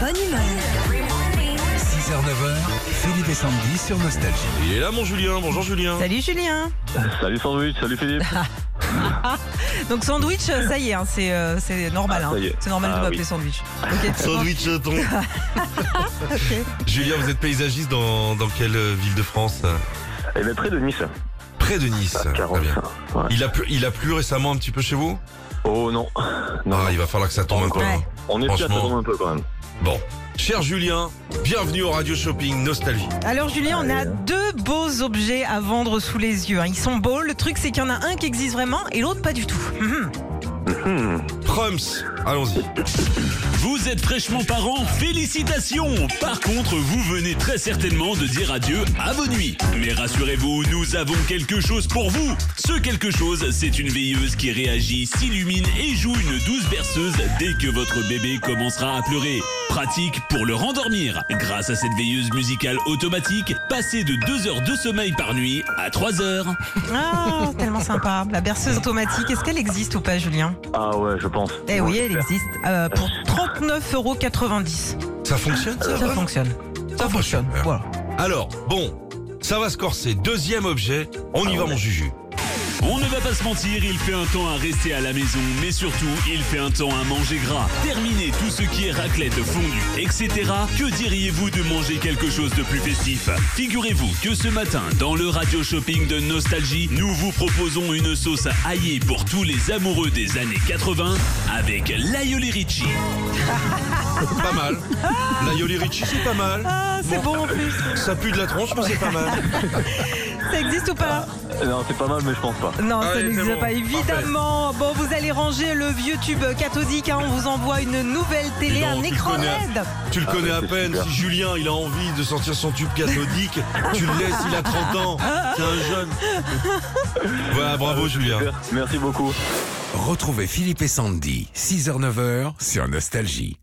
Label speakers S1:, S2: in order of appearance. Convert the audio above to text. S1: bonne humeur.
S2: 6h, 9h, Philippe et Sandy sur Nostalgie.
S3: Il est là mon Julien, bonjour Julien.
S4: Salut Julien.
S5: Salut Sandwich, salut Philippe.
S4: Donc sandwich, ça y est, hein, c'est euh, c'est normal.
S5: Ah, ça
S4: hein.
S5: y est.
S4: C'est normal de
S5: Ah,
S4: m'appeler
S5: oui.
S4: sandwich. Ok.
S3: Sandwich thon.
S4: Ok.
S3: Julien, vous êtes paysagiste dans, dans quelle ville de France
S5: Eh bien, près de Nice,
S3: Près de Nice.
S5: à
S3: Très
S5: 40.
S3: bien.
S5: Ah, Ouais.
S3: Il a, plu, il a plu récemment un petit peu chez vous
S5: Oh non. Non,
S3: Ah, il va falloir que ça tombe un peu.
S4: Ouais.
S5: on espère que ça
S3: franchement.
S5: tombe un peu quand même.
S3: Bon. Cher Julien, bienvenue au Radio Shopping Nostalgie.
S4: Alors Julien, on a deux beaux objets à vendre sous les yeux. hein. Ils sont beaux. Le truc, c'est qu'il y en a un qui existe vraiment et l'autre pas du tout. Mhm.
S3: Trumps, allons-y.
S6: Vous êtes fraîchement parents, félicitations Par contre, vous venez très certainement de dire adieu à vos nuits. Mais rassurez-vous, nous avons quelque chose pour vous Ce quelque chose, c'est une veilleuse qui réagit, s'illumine et joue une douce berceuse dès que votre bébé commencera à pleurer. Pratique pour le rendormir. Grâce à cette veilleuse musicale automatique, passez de 2 heures de sommeil par nuit à 3 heures.
S4: Ah, tellement sympa. La berceuse automatique, est-ce qu'elle existe ou pas, Julien
S5: Ah ouais, je pense. Ouais,
S4: Eh oui, elle
S5: j'espère.
S4: existe. Euh, pour 39,90 euros.
S3: Ça fonctionne ça
S4: Ça fonctionne. Ça fonctionne.
S3: super.
S4: Voilà.
S3: Alors, bon, ça va se corser. Deuxième objet, on y
S5: Ah
S3: va mon Juju.
S6: On ne va pas se mentir, il fait un temps à rester à la maison, mais surtout, il fait un temps à manger gras. Terminez tout ce qui est raclette, fondue, etc. Que diriez-vous de manger quelque chose de plus festif Figurez-vous que ce matin, dans le radio shopping de Nostalgie, nous vous proposons une sauce haillée pour tous les amoureux des années 80 avec l'aioli Ricci.
S3: Pas mal. La Yoli Ricci, c'est pas mal.
S4: Ah, c'est bon en plus.
S3: Ça pue de la tronche, mais c'est pas mal.
S4: Ça existe ou pas
S5: Non, c'est pas mal, mais je pense pas.
S4: Ah. Non, ça
S3: Allez, c'est
S4: n'existe
S3: bon.
S4: pas, évidemment. Bon, vous allez ranger le vieux tube cathodique. hein. On vous envoie une nouvelle
S3: Dis
S4: télé,
S3: donc,
S4: un
S3: tu le
S4: écran
S3: connais.
S4: LED.
S3: Tu le connais
S5: Ah,
S3: à
S5: c'est
S3: peine.
S5: super.
S3: Si Julien, il a envie de sortir son tube cathodique, tu le laisses, il a 30 ans. C'est un jeune. Voilà, bravo Julien.
S5: Super, Merci beaucoup.
S2: Retrouvez Philippe et Sandy, 6h, 9h sur Nostalgie.